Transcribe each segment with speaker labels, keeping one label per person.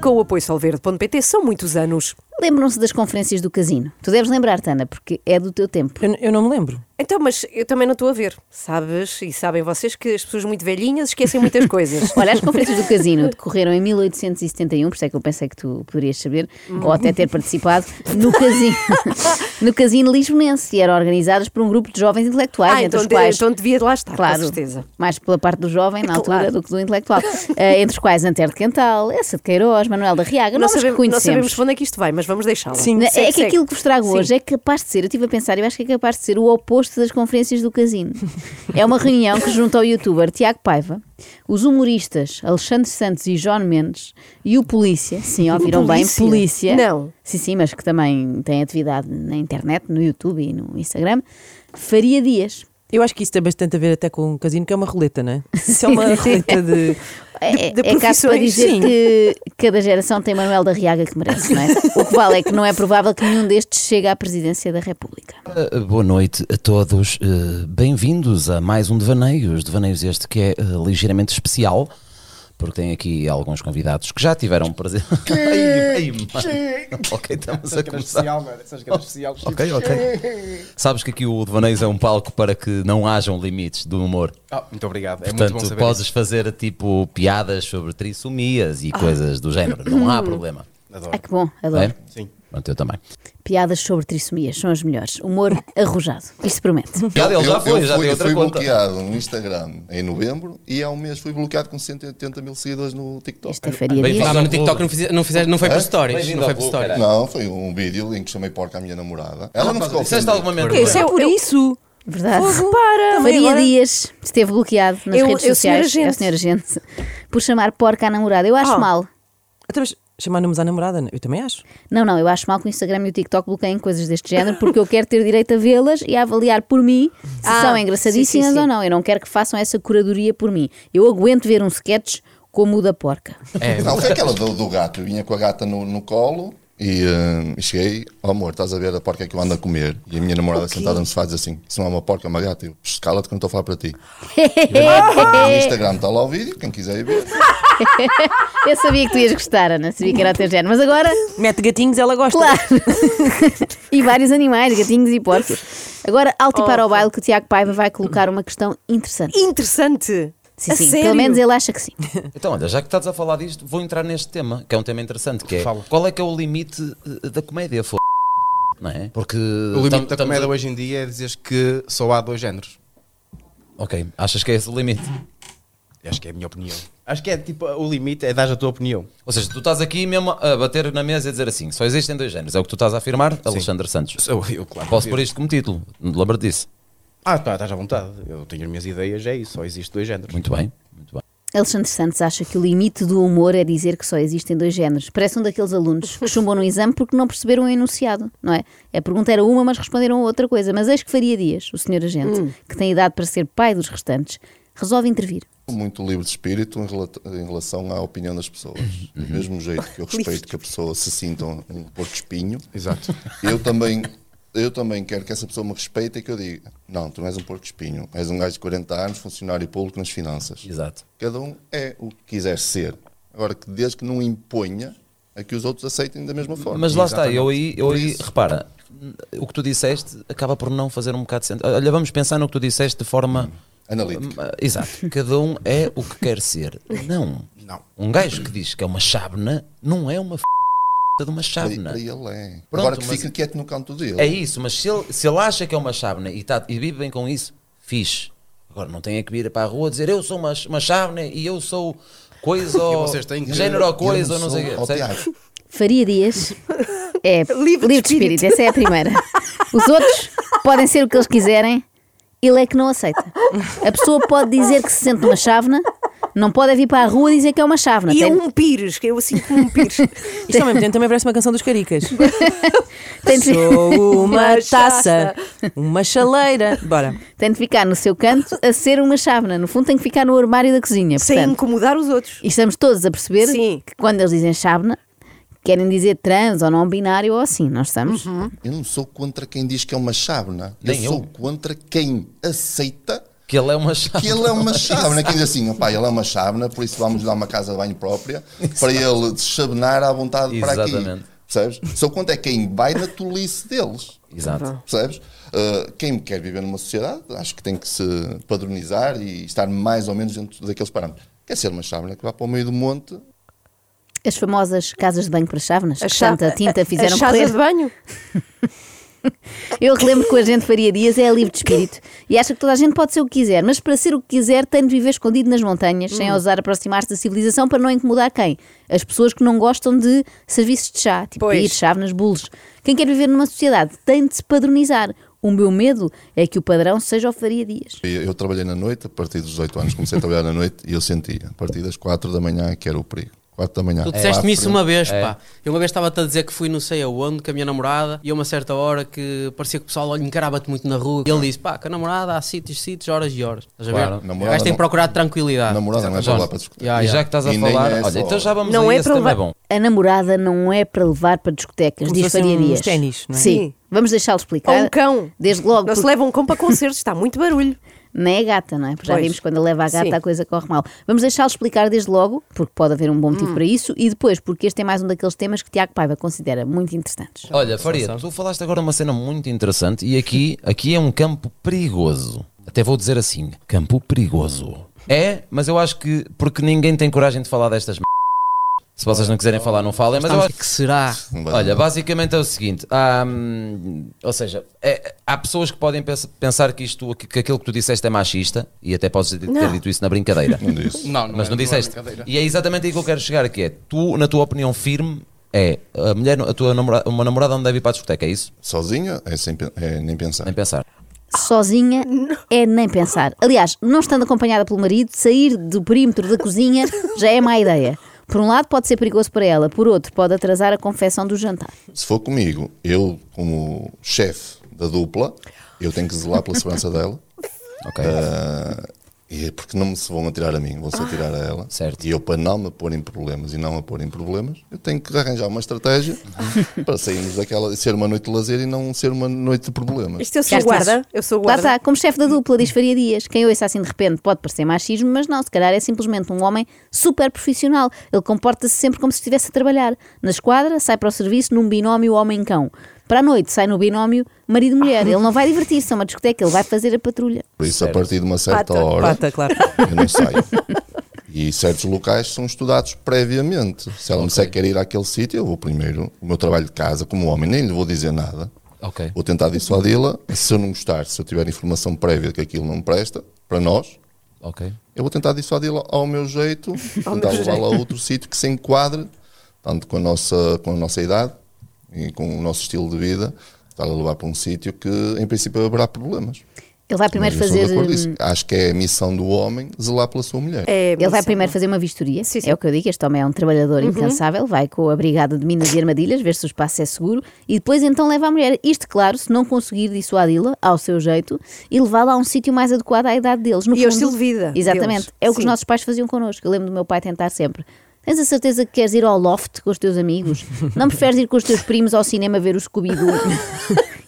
Speaker 1: com o apoio solverde.pt são muitos anos.
Speaker 2: Lembram-se das conferências do casino? Tu deves lembrar-te, Ana, porque é do teu tempo.
Speaker 3: Eu, eu não me lembro.
Speaker 1: Então, mas eu também não estou a ver. Sabes, e sabem vocês que as pessoas muito velhinhas esquecem muitas coisas.
Speaker 2: Olha, as conferências do casino decorreram em 1871, por isso é que eu pensei que tu poderias saber, ou até ter participado, no casino, no casino lisbonense, e eram organizadas por um grupo de jovens intelectuais,
Speaker 1: ah, então,
Speaker 2: entre os
Speaker 1: de-
Speaker 2: quais...
Speaker 1: então devia lá estar,
Speaker 2: Claro,
Speaker 1: com certeza.
Speaker 2: mais pela parte do jovem na altura
Speaker 1: claro.
Speaker 2: do que do intelectual. Eh, entre os quais Antero de Cantal, Essa de Queiroz, Manuel da Riaga,
Speaker 1: Não
Speaker 2: nomes que
Speaker 1: sabemos, não
Speaker 2: conhecemos.
Speaker 1: sabemos para onde é que isto vai, mas vamos deixá-lo.
Speaker 3: Sim.
Speaker 2: É
Speaker 1: Segue,
Speaker 2: que
Speaker 1: segue.
Speaker 2: aquilo que vos trago
Speaker 1: Sim.
Speaker 2: hoje é capaz de ser, eu estive a pensar, eu acho que é capaz de ser o oposto das conferências do casino. É uma reunião que junta o youtuber Tiago Paiva, os humoristas Alexandre Santos e João Mendes e o polícia, sim, ouviram
Speaker 1: polícia?
Speaker 2: bem, polícia.
Speaker 1: Não.
Speaker 2: Sim, sim, mas que também tem atividade na internet, no YouTube e no Instagram, Faria Dias.
Speaker 3: Eu acho que isso tem bastante a ver até com um casino, que é uma roleta, não é? Isso é uma roleta de.
Speaker 2: É,
Speaker 1: de
Speaker 2: é caso para
Speaker 1: profissões,
Speaker 2: dizer
Speaker 1: sim.
Speaker 2: que cada geração tem Manuel da Riaga que merece, não é? O que vale é que não é provável que nenhum destes chegue à presidência da República.
Speaker 4: Ah, Boa noite a todos. Eh, Bem-vindos a mais um Devaneios. Devaneios este que é eh, ligeiramente especial, porque tem aqui alguns convidados que já tiveram prazer. Ai, ai, mano. ok, estamos
Speaker 5: assim.
Speaker 4: a começar.
Speaker 5: especial, mano. Essas caras especial.
Speaker 4: Ok, ok. Sabes que aqui o Devaneios é um palco para que não hajam limites do humor.
Speaker 5: Ah, muito obrigado. é muito bom
Speaker 4: Portanto,
Speaker 5: saber.
Speaker 4: podes fazer tipo piadas sobre trissomias e coisas do género. Não há problema.
Speaker 5: isso. Adoro.
Speaker 2: Ah, que bom,
Speaker 6: Hum.
Speaker 4: Não
Speaker 2: adoro.
Speaker 4: é?
Speaker 5: Sim.
Speaker 4: Pronto, eu também.
Speaker 2: Piadas sobre trissomias são as melhores. Humor arrojado. Isto promete.
Speaker 4: Piada, Ah, ele já
Speaker 6: eu,
Speaker 4: foi,
Speaker 6: eu
Speaker 4: já
Speaker 6: fui,
Speaker 4: tem outra
Speaker 6: fui
Speaker 4: conta.
Speaker 6: bloqueado no Instagram em novembro e há um mês fui bloqueado com 180 mil seguidores no TikTok.
Speaker 2: Esta é faria
Speaker 4: Bem,
Speaker 2: dias.
Speaker 4: vá.
Speaker 7: Ah, mas no TikTok não, fiz, não, fiz, não foi para stories.
Speaker 4: Bem-vindo
Speaker 7: Não foi
Speaker 4: ao
Speaker 7: para
Speaker 4: clube,
Speaker 7: stories.
Speaker 6: Não, foi um vídeo em que chamei porca à minha namorada. Ela não ficou
Speaker 4: Disseste
Speaker 6: ofendida.
Speaker 4: Ah, alguma merda?
Speaker 3: Que isso é, é isso?
Speaker 2: Verdade.
Speaker 1: Repara,
Speaker 2: Faria
Speaker 1: agora-
Speaker 2: Ah, Dias esteve bloqueado nas
Speaker 1: Eu-
Speaker 2: redes
Speaker 1: eu,
Speaker 2: sociais.
Speaker 1: senhora
Speaker 2: é o senhor agente. Por chamar porca à namorada. Eu acho
Speaker 1: Ah.
Speaker 2: mal.
Speaker 3: Até Então, mas chamar-nos à namorada, não? é? eu também acho.
Speaker 2: Não, não, eu acho mal que o Instagram e o TikTok bloqueiem coisas deste género porque eu quero ter direito a vê-las e a avaliar por mim se
Speaker 1: Ah,
Speaker 2: são engraçadíssimas
Speaker 1: sim, sim, sim.
Speaker 2: ou não. Eu não quero que façam essa curadoria por mim. Eu aguento ver um sketch como o da porca.
Speaker 7: É,
Speaker 6: Não, foi aquela do, do gato. Eu vinha com a gata no, no colo e eh, cheguei, oh, amor, estás a ver a porca que eu ando a comer? E a minha namorada sentada nos faz assim: se não é uma porca, é uma gata. Eu, "Psh, cala-te que eu não estou a falar para ti. No Instagram está lá o vídeo, quem quiser ir ver.
Speaker 2: eu sabia que tu ias gostar, Ana, sabia que era o teu género. Mas agora,
Speaker 3: Mete gatinhos, ela gosta.
Speaker 2: claro. e vários animais, gatinhos e porcos. Agora, ao tipar ao baile que o Tiago Paiva vai colocar uma questão interessante.
Speaker 1: Interessante.
Speaker 2: Sim,
Speaker 1: A
Speaker 2: sim,
Speaker 1: sério?
Speaker 2: pelo menos ele acha que sim.
Speaker 4: Então, olha, já que estás a falar disto, vou entrar neste tema, que é um tema interessante, que é
Speaker 5: Fala.
Speaker 4: qual é que é o limite eh, da comédia, f***, não é? Porque
Speaker 5: O limite da comédia hoje em dia é dizeres que só há dois géneros.
Speaker 4: Ok, achas que é esse o limite?
Speaker 5: Acho que é a minha opinião. Acho que é tipo, o limite é dar a tua opinião.
Speaker 4: Ou seja, tu estás aqui mesmo a bater na mesa e dizer assim, só existem dois géneros, é o que tu estás a afirmar, Alexandre Santos.
Speaker 5: Sou eu, claro.
Speaker 4: Posso pôr isto como título, lembra disso.
Speaker 5: Ah, tá, estás à vontade. Eu tenho as minhas ideias, é isso. Só existe dois géneros.
Speaker 4: Muito bem, muito bem.
Speaker 2: Alexandre Santos acha que o limite do humor é dizer que só existem dois géneros. Parece um daqueles alunos que chumbam no exame porque não perceberam o enunciado, não é? A pergunta era uma, mas responderam a outra coisa. Mas eis que Faria Dias, o senhor agente,
Speaker 1: Hum.
Speaker 2: que tem idade para ser pai dos restantes, resolve intervir.
Speaker 6: muito livre de espírito em, relata- em relação à opinião das pessoas.
Speaker 4: Uhum.
Speaker 6: Do mesmo jeito que eu respeito que a pessoa se sinta um um porco espinho,
Speaker 5: Exato.
Speaker 6: eu também, eu também quero que essa pessoa me respeite e que eu diga: não, tu não és um porco espinho, és um gajo de 40 anos, funcionário público nas finanças.
Speaker 4: Exato.
Speaker 6: Cada um é o que quiser ser. Agora, que desde que não imponha a que os outros aceitem da mesma forma.
Speaker 4: Mas lá está, eu aí, eu aí repara, o que tu disseste acaba por não fazer um bocado de sentido. Olha, vamos pensar no que tu disseste de forma...
Speaker 6: Analítico.
Speaker 4: Ah, Exato. Cada um é o que quer ser. Não.
Speaker 5: Não.
Speaker 4: Um gajo que diz que é uma chávena não é uma f de uma
Speaker 6: Para
Speaker 4: chávena.
Speaker 6: para ele é.
Speaker 4: Pronto,
Speaker 6: Agora que
Speaker 4: mas-
Speaker 6: fica quieto no canto dele.
Speaker 4: É isso, mas se ele, se ele acha que é uma chávena e, tá, e vive bem com isso, fixe. Agora não tem é que vir para a rua dizer eu sou uma, uma chávena e eu sou coisa ou
Speaker 5: vocês têm que-
Speaker 4: género ou
Speaker 6: Eu
Speaker 4: coisa ou não sei o quê.
Speaker 6: sou- Oh,
Speaker 4: percebes?
Speaker 6: Tiago,
Speaker 2: Faria Dias é
Speaker 1: Livre
Speaker 2: livre,
Speaker 1: de
Speaker 2: de, espírito. essa é a primeira. Os outros podem ser o que eles quiserem, ele é que não aceita. A pessoa pode dizer que se sente uma chávena, não pode é vir para a rua dizer que é uma chávena.
Speaker 1: E é
Speaker 2: Tem-
Speaker 1: um pires, que eu assim como um pires.
Speaker 3: Isto ao mesmo tempo também parece uma canção dos caricas.
Speaker 2: tem de-
Speaker 3: Sou uma
Speaker 1: Uma
Speaker 3: taça, uma chaleira. Bora.
Speaker 2: Tem de ficar no seu canto a ser uma chávena. No fundo, tem que ficar no armário da cozinha.
Speaker 1: sem
Speaker 2: Portanto,
Speaker 1: incomodar os outros.
Speaker 2: e estamos todos a perceber
Speaker 1: Sim.
Speaker 2: que quando eles dizem chávena, querem dizer trans ou não binário ou assim, não estamos?
Speaker 1: Uhum.
Speaker 6: Eu não sou contra quem diz que é uma chávena.
Speaker 4: Nem
Speaker 6: eu sou
Speaker 4: eu.
Speaker 6: contra quem aceita
Speaker 4: Que ele é uma chave.
Speaker 6: que ele é uma chávena, que diz assim, opá, ele é uma chávena, por isso vamos lhe dar uma casa de banho própria, para ele deschabenar à vontade para aqui.
Speaker 4: Exatamente.
Speaker 6: Percebes? Só quanto é quem vai na tolice deles.
Speaker 4: Exato.
Speaker 6: Percebes? Uh, quem quer viver numa sociedade, acho que tem que se padronizar e estar mais ou menos dentro daqueles parâmetros. Quer ser uma chávena que vá para o meio do monte,
Speaker 2: As famosas casas de banho para chávenas, que
Speaker 1: cha-
Speaker 2: tanta tinta fizeram
Speaker 1: a chave
Speaker 2: correr.
Speaker 1: de banho?
Speaker 2: Eu relembro que o agente Faria Dias é livre de espírito e acha que toda a gente pode ser o que quiser, mas para ser o que quiser tem de viver escondido nas montanhas, sem
Speaker 3: Hum.
Speaker 2: ousar aproximar-se da civilização para não incomodar quem? As pessoas que não gostam de serviços de chá, tipo
Speaker 1: Pois.
Speaker 2: ir chave nas bolos. Quem quer viver numa sociedade tem de se padronizar. O meu medo é que o padrão seja o Faria Dias.
Speaker 6: Eu, eu trabalhei na noite, a partir dos 18 anos comecei a trabalhar na noite e eu sentia, a partir das 4 da manhã, que era o perigo. 4 da manhã.
Speaker 4: É
Speaker 7: Tu disseste-me isso
Speaker 6: quatro.
Speaker 7: uma vez, pá. Eu uma vez estava-te a dizer que fui não sei aonde com a minha namorada e a uma certa hora que parecia que o pessoal olha, encarava-te muito na rua e ele disse, pá, com a namorada há sítios, sítios, horas e horas. Estás a ver?
Speaker 4: Claro.
Speaker 7: o
Speaker 6: Namorada
Speaker 7: gajo tem
Speaker 6: não-
Speaker 7: que procurar tranquilidade.
Speaker 6: Namorada não é para lá para discutir.
Speaker 7: Ya,
Speaker 4: e
Speaker 7: ya.
Speaker 4: já que estás a
Speaker 6: E nem
Speaker 4: falar,
Speaker 6: é
Speaker 4: olha,
Speaker 6: só-
Speaker 4: então já vamos
Speaker 1: Não
Speaker 4: aí,
Speaker 1: é
Speaker 4: esse
Speaker 1: para
Speaker 4: tema é
Speaker 1: levar-
Speaker 4: bom.
Speaker 2: A namorada não é para levar para discotecas,
Speaker 3: Como
Speaker 2: diz
Speaker 3: se fossem
Speaker 2: Faria
Speaker 3: uns
Speaker 2: Dias.
Speaker 3: ténis, não é?
Speaker 2: Sim, vamos deixá-lo
Speaker 1: Ou
Speaker 2: explicar.
Speaker 1: um cão?
Speaker 2: Ah, Desde logo,
Speaker 1: Não se
Speaker 2: porque-
Speaker 1: leva um cão para concertos, está muito barulho.
Speaker 2: Nem a gata, não é? Porque já
Speaker 1: Pois.
Speaker 2: vimos que quando ele leva a gata
Speaker 1: Sim.
Speaker 2: a coisa corre mal. Vamos deixá-lo explicar desde logo, porque pode haver um bom
Speaker 1: Hum.
Speaker 2: motivo para isso, e depois, porque este é mais um daqueles temas que Tiago Paiva considera muito interessantes.
Speaker 4: Olha, Faria, tu falaste agora uma cena muito interessante e aqui, aqui é um campo perigoso. Até vou dizer assim, campo perigoso. É, mas eu acho que porque ninguém tem coragem de falar destas m... Se vocês não quiserem falar, não falem, mas eu
Speaker 7: Estamos-
Speaker 4: acho
Speaker 7: que será?
Speaker 6: Não vai-
Speaker 4: Olha, basicamente é o seguinte, há, hum, ou seja, é- há pessoas que podem pens- pensar que isto, que, que aquilo que tu disseste é machista e até podes ter
Speaker 1: Não.
Speaker 4: dito isso na brincadeira.
Speaker 6: Não disse.
Speaker 7: Não,
Speaker 4: Mas
Speaker 7: é-
Speaker 4: não
Speaker 7: é
Speaker 4: disseste.
Speaker 7: brincadeira.
Speaker 4: e é exatamente aí que eu quero chegar, que é, tu, na tua opinião firme, é a mulher, a tua namorada, uma namorada não deve ir para a discoteca, é isso?
Speaker 6: Sozinha é, sem, pe- é nem pensar.
Speaker 4: Nem pensar.
Speaker 2: Sozinha
Speaker 1: Ah,
Speaker 2: é nem pensar. Aliás, não estando acompanhada pelo marido, sair do perímetro da cozinha já é má ideia. Por um lado, pode ser perigoso para ela, por outro, pode atrasar a confecção do jantar.
Speaker 6: Se for comigo, eu, como chefe da dupla, eu tenho que zelar pela segurança dela.
Speaker 4: Ok.
Speaker 6: ah, e porque não me se vão atirar a mim, vão-se atirar a ela.
Speaker 4: Certo.
Speaker 6: E eu, para não me pôr em problemas e não a pôr em problemas, eu tenho que arranjar uma estratégia para sairmos daquela de ser uma noite de lazer e não ser uma noite de problemas.
Speaker 1: Isto eu sou
Speaker 2: Já estás.
Speaker 1: guarda. Eu sou
Speaker 2: Lá
Speaker 1: guarda.
Speaker 2: está, como chefe da dupla, diz Faria Dias. Quem ouça assim de repente pode parecer machismo, mas não, se calhar é simplesmente um homem super profissional. Ele comporta-se sempre como se estivesse a trabalhar. Na esquadra, sai para o serviço num binómio homem-cão. Para a noite, sai no binómio marido-mulher. Ele não vai divertir-se a uma discoteca, ele vai fazer a patrulha.
Speaker 6: Por isso, a partir de uma certa
Speaker 1: Pata.
Speaker 6: hora,
Speaker 3: Pata, claro.
Speaker 6: eu não saio. E certos locais são estudados previamente. Se ela me disser que quer ir àquele sítio, eu vou primeiro, o meu trabalho de casa, como homem, nem lhe vou dizer nada.
Speaker 4: Ok.
Speaker 6: Vou tentar dissuadi-la. Se eu não gostar, se eu tiver informação prévia que aquilo não presta, para nós,
Speaker 4: Ok.
Speaker 6: eu vou tentar dissuadi-la ao meu jeito, tentar
Speaker 1: meu
Speaker 6: levá-la a outro sítio que se enquadre, tanto com a nossa, com a nossa idade e com o nosso estilo de vida, tentar levar para um sítio que, em princípio, haverá problemas.
Speaker 2: Ele vai primeiro
Speaker 6: Mas eu sou de
Speaker 2: fazer.
Speaker 6: acordo
Speaker 2: hum,
Speaker 6: nisso. Acho que é a missão do homem zelar pela sua mulher.
Speaker 1: É,
Speaker 2: Ele vai
Speaker 1: missão.
Speaker 2: primeiro fazer uma vistoria,
Speaker 1: Sim, Uhum. sim.
Speaker 2: é o que eu digo, este homem é um trabalhador incansável, vai com a brigada de minas e armadilhas, ver se o espaço é seguro, e depois então leva a mulher, isto claro, se não conseguir dissuadi-la, ao seu jeito, e levá-la a um sítio mais adequado à idade deles. No
Speaker 1: E ao
Speaker 2: fundo-
Speaker 1: estilo de vida
Speaker 2: Exatamente,
Speaker 1: deles.
Speaker 2: é o que os
Speaker 1: Sim.
Speaker 2: nossos pais faziam connosco, eu lembro do meu pai tentar sempre. Tens a certeza que queres ir ao loft com os teus amigos? Não preferes ir com os teus primos ao cinema ver o Scooby-Doo?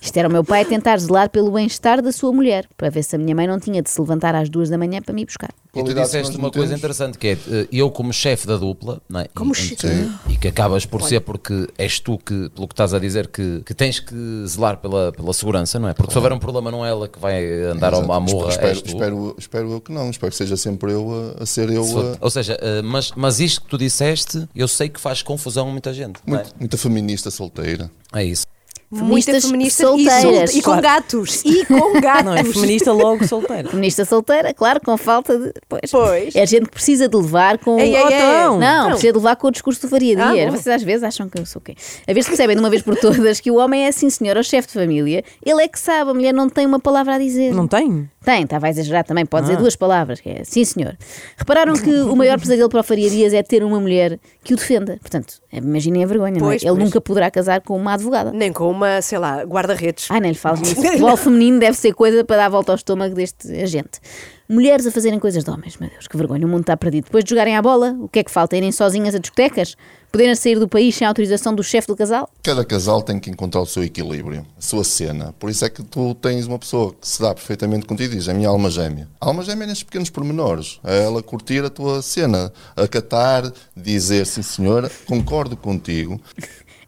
Speaker 2: Isto era o meu pai a tentar zelar pelo bem-estar da sua mulher, para ver se a minha mãe não tinha de se levantar às duas da manhã para me ir buscar.
Speaker 4: E tu
Speaker 6: Qualidades
Speaker 4: disseste
Speaker 6: nós
Speaker 4: uma
Speaker 6: não
Speaker 4: coisa
Speaker 6: temos.
Speaker 4: interessante que é eh, eu como chefe da dupla não é?
Speaker 1: Como
Speaker 4: e,
Speaker 1: chefe.
Speaker 4: e- e que acabas por ser porque és tu que, pelo que estás a dizer, que, que tens que zelar pela, pela segurança, não é? Porque se houver um problema não é ela que vai andar ao- à
Speaker 6: Exato.
Speaker 4: morra.
Speaker 6: espero,
Speaker 4: és tu.
Speaker 6: espero, espero eu que não, espero que seja sempre eu a, a ser eu
Speaker 4: Sou-
Speaker 6: a,
Speaker 4: Ou seja, eh, mas, mas isto que tu disseste, eu sei que faz confusão a muita gente. não é?
Speaker 6: muito- muita feminista solteira.
Speaker 4: É isso.
Speaker 1: Muita
Speaker 2: Feministas
Speaker 1: feminista
Speaker 2: solteiras,
Speaker 1: e, solta- e com
Speaker 3: claro.
Speaker 1: gatos. E com gatos.
Speaker 3: Não, é feminista logo solteira.
Speaker 2: Feminista solteira, claro, com falta de. Pois.
Speaker 1: Pois.
Speaker 2: É gente que precisa de levar com.
Speaker 1: Ei, ei, ei,
Speaker 2: não,
Speaker 1: ei. Então.
Speaker 2: precisa de levar com o discurso do Faria
Speaker 1: Ah,
Speaker 2: Dias.
Speaker 1: boa.
Speaker 2: Vocês às vezes acham que eu sou quem? Às vezes percebem de uma vez por todas que o homem é, sim senhor, é o chefe de família. Ele é que sabe, a mulher não tem uma palavra a dizer.
Speaker 3: Não tem? Ah.
Speaker 2: Tem, estava a exagerar também, pode dizer duas palavras. que é, sim, senhor. Repararam que o maior pesadelo para o Faria Dias é ter uma mulher que o defenda. Portanto, imaginem a vergonha, não é?
Speaker 1: Pois,
Speaker 2: Ele
Speaker 1: pois.
Speaker 2: nunca poderá casar com uma advogada.
Speaker 1: Nem com uma, sei lá, guarda-redes.
Speaker 2: Ai, nem lhe falo nisso. Futebol feminino deve ser coisa para dar a volta ao estômago deste agente. Mulheres a fazerem coisas de homens, meu Deus, que vergonha, o mundo está perdido. Depois de jogarem à bola, o que é que falta? Irem sozinhas a discotecas? Poderem sair do país sem autorização do chefe do casal?
Speaker 6: Cada casal tem que encontrar o seu equilíbrio, a sua cena. Por isso é que tu tens uma pessoa que se dá perfeitamente contigo e diz: "É a minha alma gêmea. A alma gêmea é nestes pequenos pormenores. É ela curtir a tua cena, acatar, dizer: sim, senhora, concordo contigo.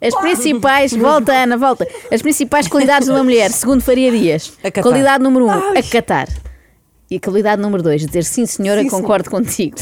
Speaker 2: As principais, volta Ana, volta. As principais qualidades de uma mulher, segundo Faria Dias.
Speaker 3: Acatar.
Speaker 2: Qualidade número um, acatar. E a qualidade número dois, dizer sim senhora,
Speaker 3: Sim,
Speaker 2: concordo contigo.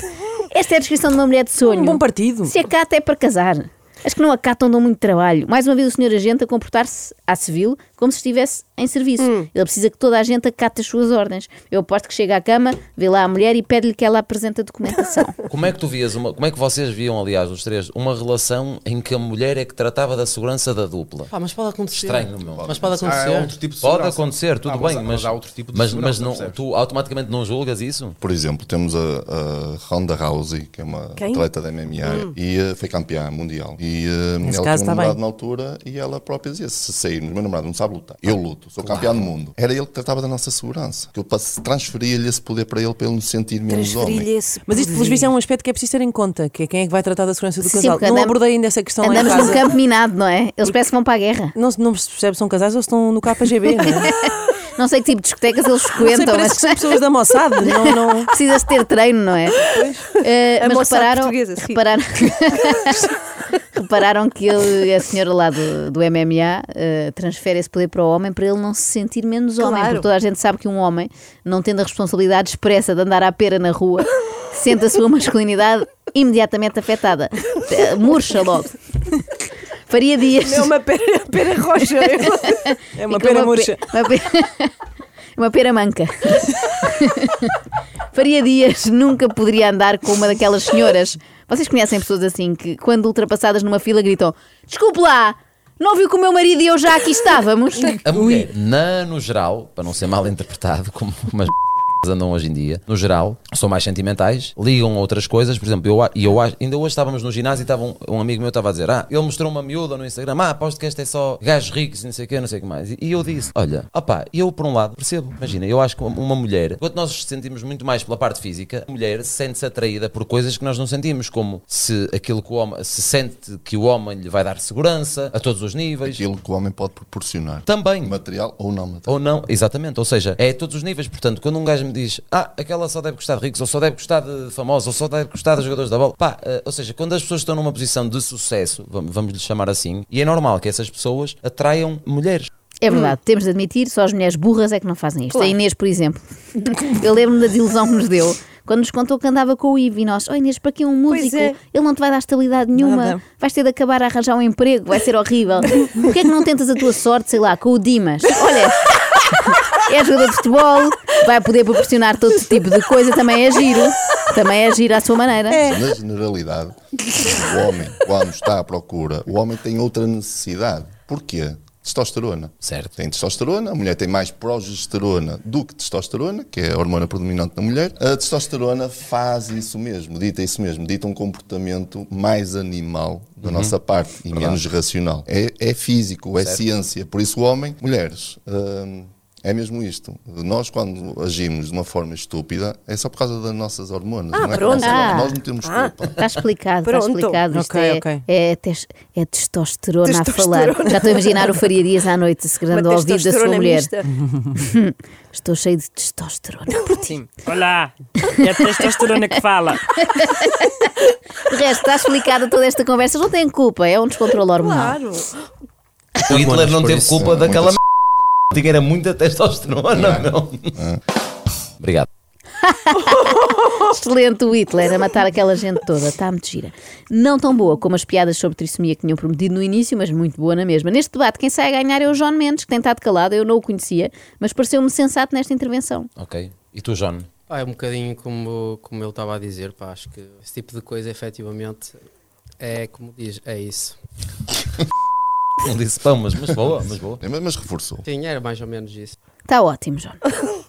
Speaker 2: Esta é a descrição de uma mulher de sonho.
Speaker 3: Um bom partido.
Speaker 2: Se acata é para casar. As que não acatam dão muito trabalho. Mais uma vez o senhor agente a comportar-se à civil como se estivesse em serviço.
Speaker 3: Hum.
Speaker 2: Ele precisa que toda a gente acate as suas ordens. Eu aposto que chega à cama, vê lá a mulher e pede-lhe que ela apresente a documentação.
Speaker 4: Como é que tu vias, uma, como é que vocês viam, aliás, os três, uma relação em que a mulher é que tratava da segurança da dupla?
Speaker 7: Pá, mas pode acontecer.
Speaker 4: Estranho, meu.
Speaker 7: Mas
Speaker 6: Ah,
Speaker 7: pode
Speaker 6: é
Speaker 5: Há
Speaker 7: acontecer.
Speaker 6: um
Speaker 5: outro tipo de
Speaker 4: Pode
Speaker 5: segurança.
Speaker 4: acontecer, tudo
Speaker 5: Ah,
Speaker 4: bem,
Speaker 5: há-
Speaker 4: mas,
Speaker 5: há outro tipo de
Speaker 4: mas,
Speaker 5: segurança,
Speaker 4: mas não,
Speaker 5: percebes?
Speaker 4: tu automaticamente não julgas isso?
Speaker 6: Por exemplo, temos a, a Ronda Rousey, que é uma
Speaker 3: Quem? Hum.
Speaker 6: atleta da MMA, e eh, foi campeã mundial. E eh,
Speaker 3: Nesse
Speaker 6: ela
Speaker 3: caso
Speaker 6: tinha um
Speaker 3: tá
Speaker 6: namorado
Speaker 3: bem.
Speaker 6: na altura e ela própria dizia: se sair, meu namorado não sabe lutar, eu luto, sou campeã do mundo. Era ele que tratava da nossa segurança. Que eu passe- transferia-lhe esse poder para ele, para ele nos sentir menos
Speaker 1: Transferir-lhe
Speaker 6: homem.
Speaker 1: esse.
Speaker 3: Mas isto, pelos
Speaker 1: poder.
Speaker 3: vistos, é um aspecto que é preciso ter em conta, que é quem é que vai tratar da segurança do
Speaker 2: Sim,
Speaker 3: casal.
Speaker 2: porque
Speaker 3: não
Speaker 2: andam-
Speaker 3: abordei ainda essa questão lá em
Speaker 2: Andamos
Speaker 3: casa.
Speaker 2: num campo minado, não é? Eles parecem que vão para a guerra.
Speaker 3: Não, se- não se percebe se são casais ou se estão no KGB, não é?
Speaker 2: Não sei que tipo de discotecas eles
Speaker 3: Não sei,
Speaker 2: frequentam,
Speaker 3: parece Então, que
Speaker 2: mas
Speaker 3: são pessoas da moçada. Não, não.
Speaker 2: precisas ter treino, não é? Eh,
Speaker 1: é? A
Speaker 2: mas
Speaker 1: moçada
Speaker 2: repararam,
Speaker 1: portuguesa, sim.
Speaker 2: repararam, repararam que ele, a senhora lá do, do MMA eh, transfere esse poder para o homem para ele não se sentir menos homem,
Speaker 1: Claro.
Speaker 2: porque toda a gente sabe que um homem, não tendo a responsabilidade expressa de andar à pera na rua, sente a sua masculinidade imediatamente afetada. Eh, Murcha logo. Faria dias.
Speaker 3: É uma pera, pera roxa. É uma
Speaker 2: Fica
Speaker 3: pera
Speaker 2: pe-
Speaker 3: murcha.
Speaker 2: Uma pera, uma pera manca. Faria Dias nunca poderia andar com uma daquelas senhoras. Vocês conhecem pessoas assim que, quando ultrapassadas numa fila, gritam: Desculpe lá, não viu que o meu marido e eu já aqui estávamos?
Speaker 4: A mulher, na, no geral, para não ser mal interpretado, como umas andam hoje em dia, no geral, são mais sentimentais, ligam a outras coisas, por exemplo, eu, a- e eu a- ainda hoje estávamos no ginásio e estava um, um amigo meu estava a dizer, ah, ele mostrou uma miúda no Instagram, ah, aposto que esta é só gajos ricos e não sei o quê, não sei o que mais, e, e eu disse, olha, opá, eu por um lado percebo, imagina, eu acho que uma- uma mulher, enquanto nós nos sentimos muito mais pela parte física, a mulher sente-se atraída por coisas que nós não sentimos, como se aquilo que o homem, se sente que o homem lhe vai dar segurança, a todos os níveis,
Speaker 6: Aquilo que o homem pode proporcionar.
Speaker 4: também,
Speaker 6: Material ou não material.
Speaker 4: ou não, exatamente. Ou seja, é a todos os níveis. Portanto, quando um gajo me diz, ah, aquela só deve gostar de ricos, ou só deve gostar de famosos, ou só deve gostar de jogadores da bola. Pá, eh, ou seja, quando as pessoas estão numa posição de sucesso, vamos, vamos lhe chamar assim, e é normal que essas pessoas atraiam mulheres.
Speaker 2: É verdade, temos de admitir, só as mulheres burras é que não fazem isto. A Inês, por exemplo, eu lembro-me da desilusão que nos deu quando nos contou que andava com o Ivo e nós, oh Inês, para que um músico?
Speaker 1: é.
Speaker 2: Ele não te vai dar estabilidade nenhuma,
Speaker 3: Nada.
Speaker 2: vais ter de acabar a arranjar um emprego, vai ser horrível. Porquê é que não tentas a tua sorte, sei lá, com o Dimas? Olha, é jogador de futebol, vai poder proporcionar todo tipo de coisa, também é giro, também é giro à sua maneira.
Speaker 6: Na generalidade, o homem, quando está à procura, o homem tem outra necessidade. Porquê? Testosterona.
Speaker 4: Certo.
Speaker 6: Tem testosterona, a mulher tem mais progesterona do que testosterona, que é a hormona predominante na mulher. A testosterona faz isso mesmo, dita isso mesmo, dita um comportamento mais animal da nossa parte e menos racional. É, é físico, é ciência. Por isso, o homem, mulheres. hum, é mesmo isto. Nós, quando agimos de uma forma estúpida, é só por causa das nossas hormonas. não é por
Speaker 1: pronto.
Speaker 6: causa de nós.
Speaker 2: Ah.
Speaker 6: Nós não temos culpa.
Speaker 2: Está explicado, está
Speaker 1: Pronto.
Speaker 2: explicado. Isto
Speaker 3: Ok,
Speaker 2: é,
Speaker 3: ok.
Speaker 2: é tes- é testosterona, a
Speaker 1: Testosterona.
Speaker 2: falar. Já estou a imaginar o Faria Dias à noite
Speaker 1: é Uma
Speaker 2: segurando ao ouvido da sua
Speaker 1: testosterona
Speaker 2: mulher.
Speaker 1: mista.
Speaker 2: Estou cheio de testosterona.
Speaker 8: Sim. Olá, é a testosterona que fala.
Speaker 2: De resto, está explicada toda esta conversa. Não tem culpa, é um descontrole hormonal.
Speaker 1: Claro.
Speaker 4: O Hitler não
Speaker 6: por
Speaker 4: teve
Speaker 6: isso,
Speaker 4: culpa
Speaker 6: eh,
Speaker 4: daquela
Speaker 6: muitas-
Speaker 4: m****. Tinha era muita
Speaker 6: É.
Speaker 4: testosterona, não. Obrigado.
Speaker 2: Excelente o Hitler a matar aquela gente toda. Está muito gira. Não tão boa como as piadas sobre trissomia que tinham prometido no início, mas muito boa na mesma. Neste debate, quem sai a ganhar é o John Mendes, que tem estado calado. Eu não o conhecia, mas pareceu-me sensato nesta intervenção.
Speaker 4: Ok. E tu, John?
Speaker 7: Pá, é um bocadinho como, como ele estava a dizer, pá, acho que esse tipo de coisa efetivamente é como diz, é isso.
Speaker 4: Não disse pão, mas, mas boa, mas boa.
Speaker 6: É Mas, mas reforçou.
Speaker 7: Sim, era mais ou menos isso.
Speaker 2: Está ótimo, John.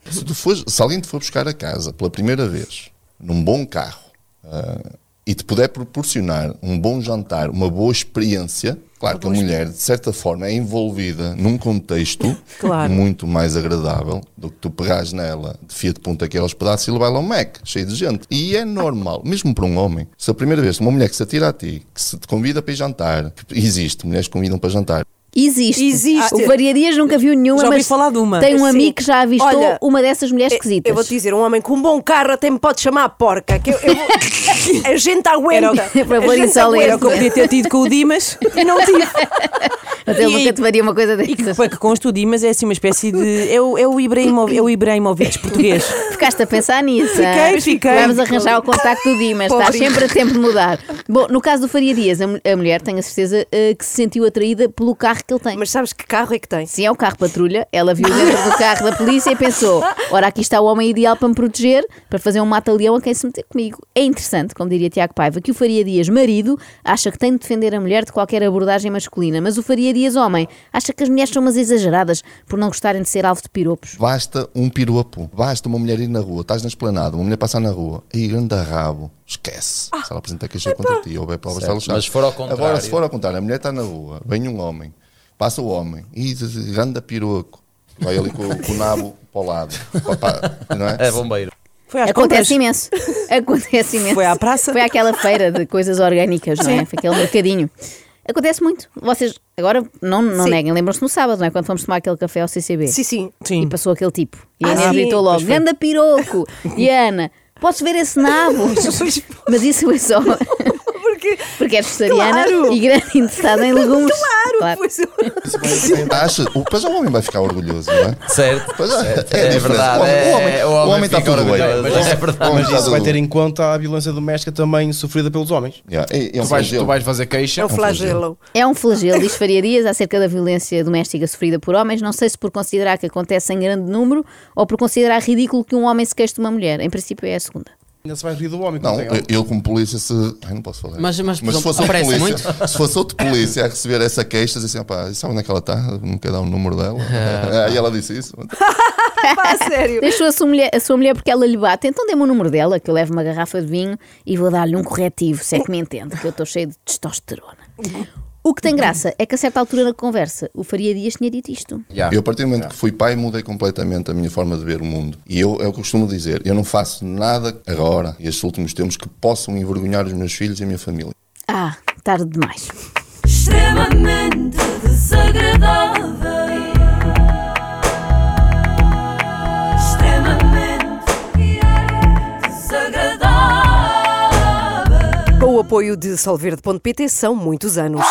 Speaker 6: Se, tu fores- se alguém te for buscar a casa pela primeira vez, num bom carro, ah, e te puder proporcionar um bom jantar, uma boa experiência, claro que a mulher, de certa forma, é envolvida num contexto
Speaker 3: Claro.
Speaker 6: muito mais agradável do que tu pegares nela de fia de ponta aqueles pedaços e levá-la a um Mac, cheio de gente. E é normal, mesmo para um homem, se a primeira vez uma mulher que se atira a ti, que se te convida para ir jantar, que existe, mulheres que convidam para jantar,
Speaker 2: Existe.
Speaker 1: Existe.
Speaker 2: O Variadias nunca viu nenhuma,
Speaker 3: Já ouvi
Speaker 2: mas
Speaker 3: falar de uma.
Speaker 2: tem um
Speaker 1: Sim.
Speaker 2: amigo que já avistou
Speaker 1: Olha,
Speaker 2: uma dessas mulheres
Speaker 3: é,
Speaker 2: esquisitas.
Speaker 1: Eu vou te dizer, um homem com um bom carro até me pode chamar a porca. Que eu, eu vou- a gente aguenta.
Speaker 2: Era o- Para pôr
Speaker 1: a gente
Speaker 2: isso ao
Speaker 1: aguenta.
Speaker 3: Era É o que eu podia ter tido com o Dimas e não tive.
Speaker 2: Até ele
Speaker 3: E-
Speaker 2: nunca te faria uma coisa
Speaker 3: E que,
Speaker 2: dessas.
Speaker 3: para que conste o Dimas é assim uma espécie de. É o, é o, Ibrahimo, é o Ibrahimovic português.
Speaker 2: Ficaste a pensar nisso.
Speaker 3: Fiquei,
Speaker 2: hã?
Speaker 3: fiquei.
Speaker 2: Vamos arranjar o contacto do Dimas, estás
Speaker 1: Pobre.
Speaker 2: sempre a tempo de mudar. Bom, no caso do Faria Dias, a, mu- a mulher tem a certeza eh, que se sentiu atraída pelo carro que ele tem.
Speaker 1: Mas sabes que carro é que tem?
Speaker 2: Sim, é o carro patrulha. Ela viu dentro do carro da polícia e pensou: ora, aqui está o homem ideal para me proteger, para fazer um mata-leão a quem se meter comigo. É interessante, como diria Tiago Paiva, que o Faria Dias, marido, acha que tem de defender a mulher de qualquer abordagem masculina, mas o Faria Dias, homem, acha que as mulheres são umas exageradas por não gostarem de ser alvo de piropos.
Speaker 6: Basta um piropo, basta uma mulher ir na rua, estás na esplanada, uma mulher passar na rua, aí grande rabo, esquece. se ela apresenta queixa contra ti, houver provas,
Speaker 4: Certo,
Speaker 6: ela chama.
Speaker 4: mas se for ao contrário-
Speaker 6: Agora, se for ao contrário, a mulher está na rua, vem um homem, passa o homem, e diz, assim, grande piroco, vai ali com, o- com o nabo para o lado, Pá, não é?
Speaker 4: É bombeiro.
Speaker 3: Foi às
Speaker 2: Acontece
Speaker 3: compras.
Speaker 2: imenso. Acontece imenso.
Speaker 3: Foi à praça?
Speaker 2: Foi àquela feira de coisas orgânicas, não é? Foi aquele mercadinho. Acontece muito. Vocês agora não, não
Speaker 1: Sim.
Speaker 2: neguem, lembram-se no sábado, não é? Quando fomos tomar aquele café ao CCB.
Speaker 1: Sim, sim.
Speaker 3: Sim.
Speaker 2: E passou aquele tipo. E
Speaker 1: Ah,
Speaker 2: a Inês
Speaker 1: sim.
Speaker 2: gritou logo: Ganda piroco! E a Ana, posso ver esse nabo? Mas isso foi só.
Speaker 1: Porque.
Speaker 2: Porque és vegetariana
Speaker 1: Claro.
Speaker 2: e grande interessada em legumes.
Speaker 1: Claro, pois eu-
Speaker 3: É
Speaker 6: Acha, o, pois o homem vai ficar orgulhoso, não é?
Speaker 4: Certo,
Speaker 6: Pois é,
Speaker 4: certo.
Speaker 6: é
Speaker 4: é,
Speaker 6: diferente.
Speaker 4: verdade.
Speaker 6: O homem-
Speaker 4: é-
Speaker 6: o homem-
Speaker 4: o
Speaker 6: o homem tá está
Speaker 4: fica
Speaker 6: tudo bem.
Speaker 4: orgulhoso,
Speaker 6: Mas
Speaker 4: é
Speaker 6: isso-
Speaker 4: verdade.
Speaker 5: Mas isso vai
Speaker 6: Azul.
Speaker 5: ter em conta a violência doméstica também sofrida pelos homens.
Speaker 6: Yeah, é- é
Speaker 5: Tu vais, tu
Speaker 6: um flagelo.
Speaker 5: vais fazer
Speaker 1: É
Speaker 5: queixa.
Speaker 1: um flagelo.
Speaker 2: É um flagelo, diz Faria Dias, acerca da violência doméstica sofrida por homens. Não sei se por considerar que acontece em grande número ou por considerar ridículo que um homem se queixe de uma mulher. Em princípio é a segunda.
Speaker 5: Ainda se vai rir do homem.
Speaker 6: Não,
Speaker 5: quando tem-
Speaker 6: eu como polícia se. Ai, não posso falar.
Speaker 7: é Mas- mas, por
Speaker 6: se
Speaker 7: exemplo,
Speaker 6: fosse outro
Speaker 7: aparece
Speaker 6: polícia, se fosse outro polícia a receber essa queixa, dizia assim, pá, sabe onde é que ela está? Não quer dar o número dela. Aí ela disse isso.
Speaker 1: Pá, a sério.
Speaker 2: Deixou a sua, mulher, a sua mulher porque ela lhe bate. Então dê-me o número dela, que eu levo uma garrafa de vinho e vou dar-lhe um corretivo, se é que me entende, que eu estou cheio de testosterona. O que tem graça é que a certa altura na conversa o Faria Dias tinha dito isto.
Speaker 5: Yeah.
Speaker 6: Eu, a partir do momento que fui pai, mudei completamente a minha forma de ver o mundo. E eu, é o que eu costumo dizer, eu não faço nada agora, estes últimos tempos, que possam envergonhar os meus filhos e a minha família.
Speaker 2: Ah, tarde demais.
Speaker 9: extremamente desagradável, extremamente desagradável.
Speaker 1: Com o apoio de solverde.pt são muitos anos.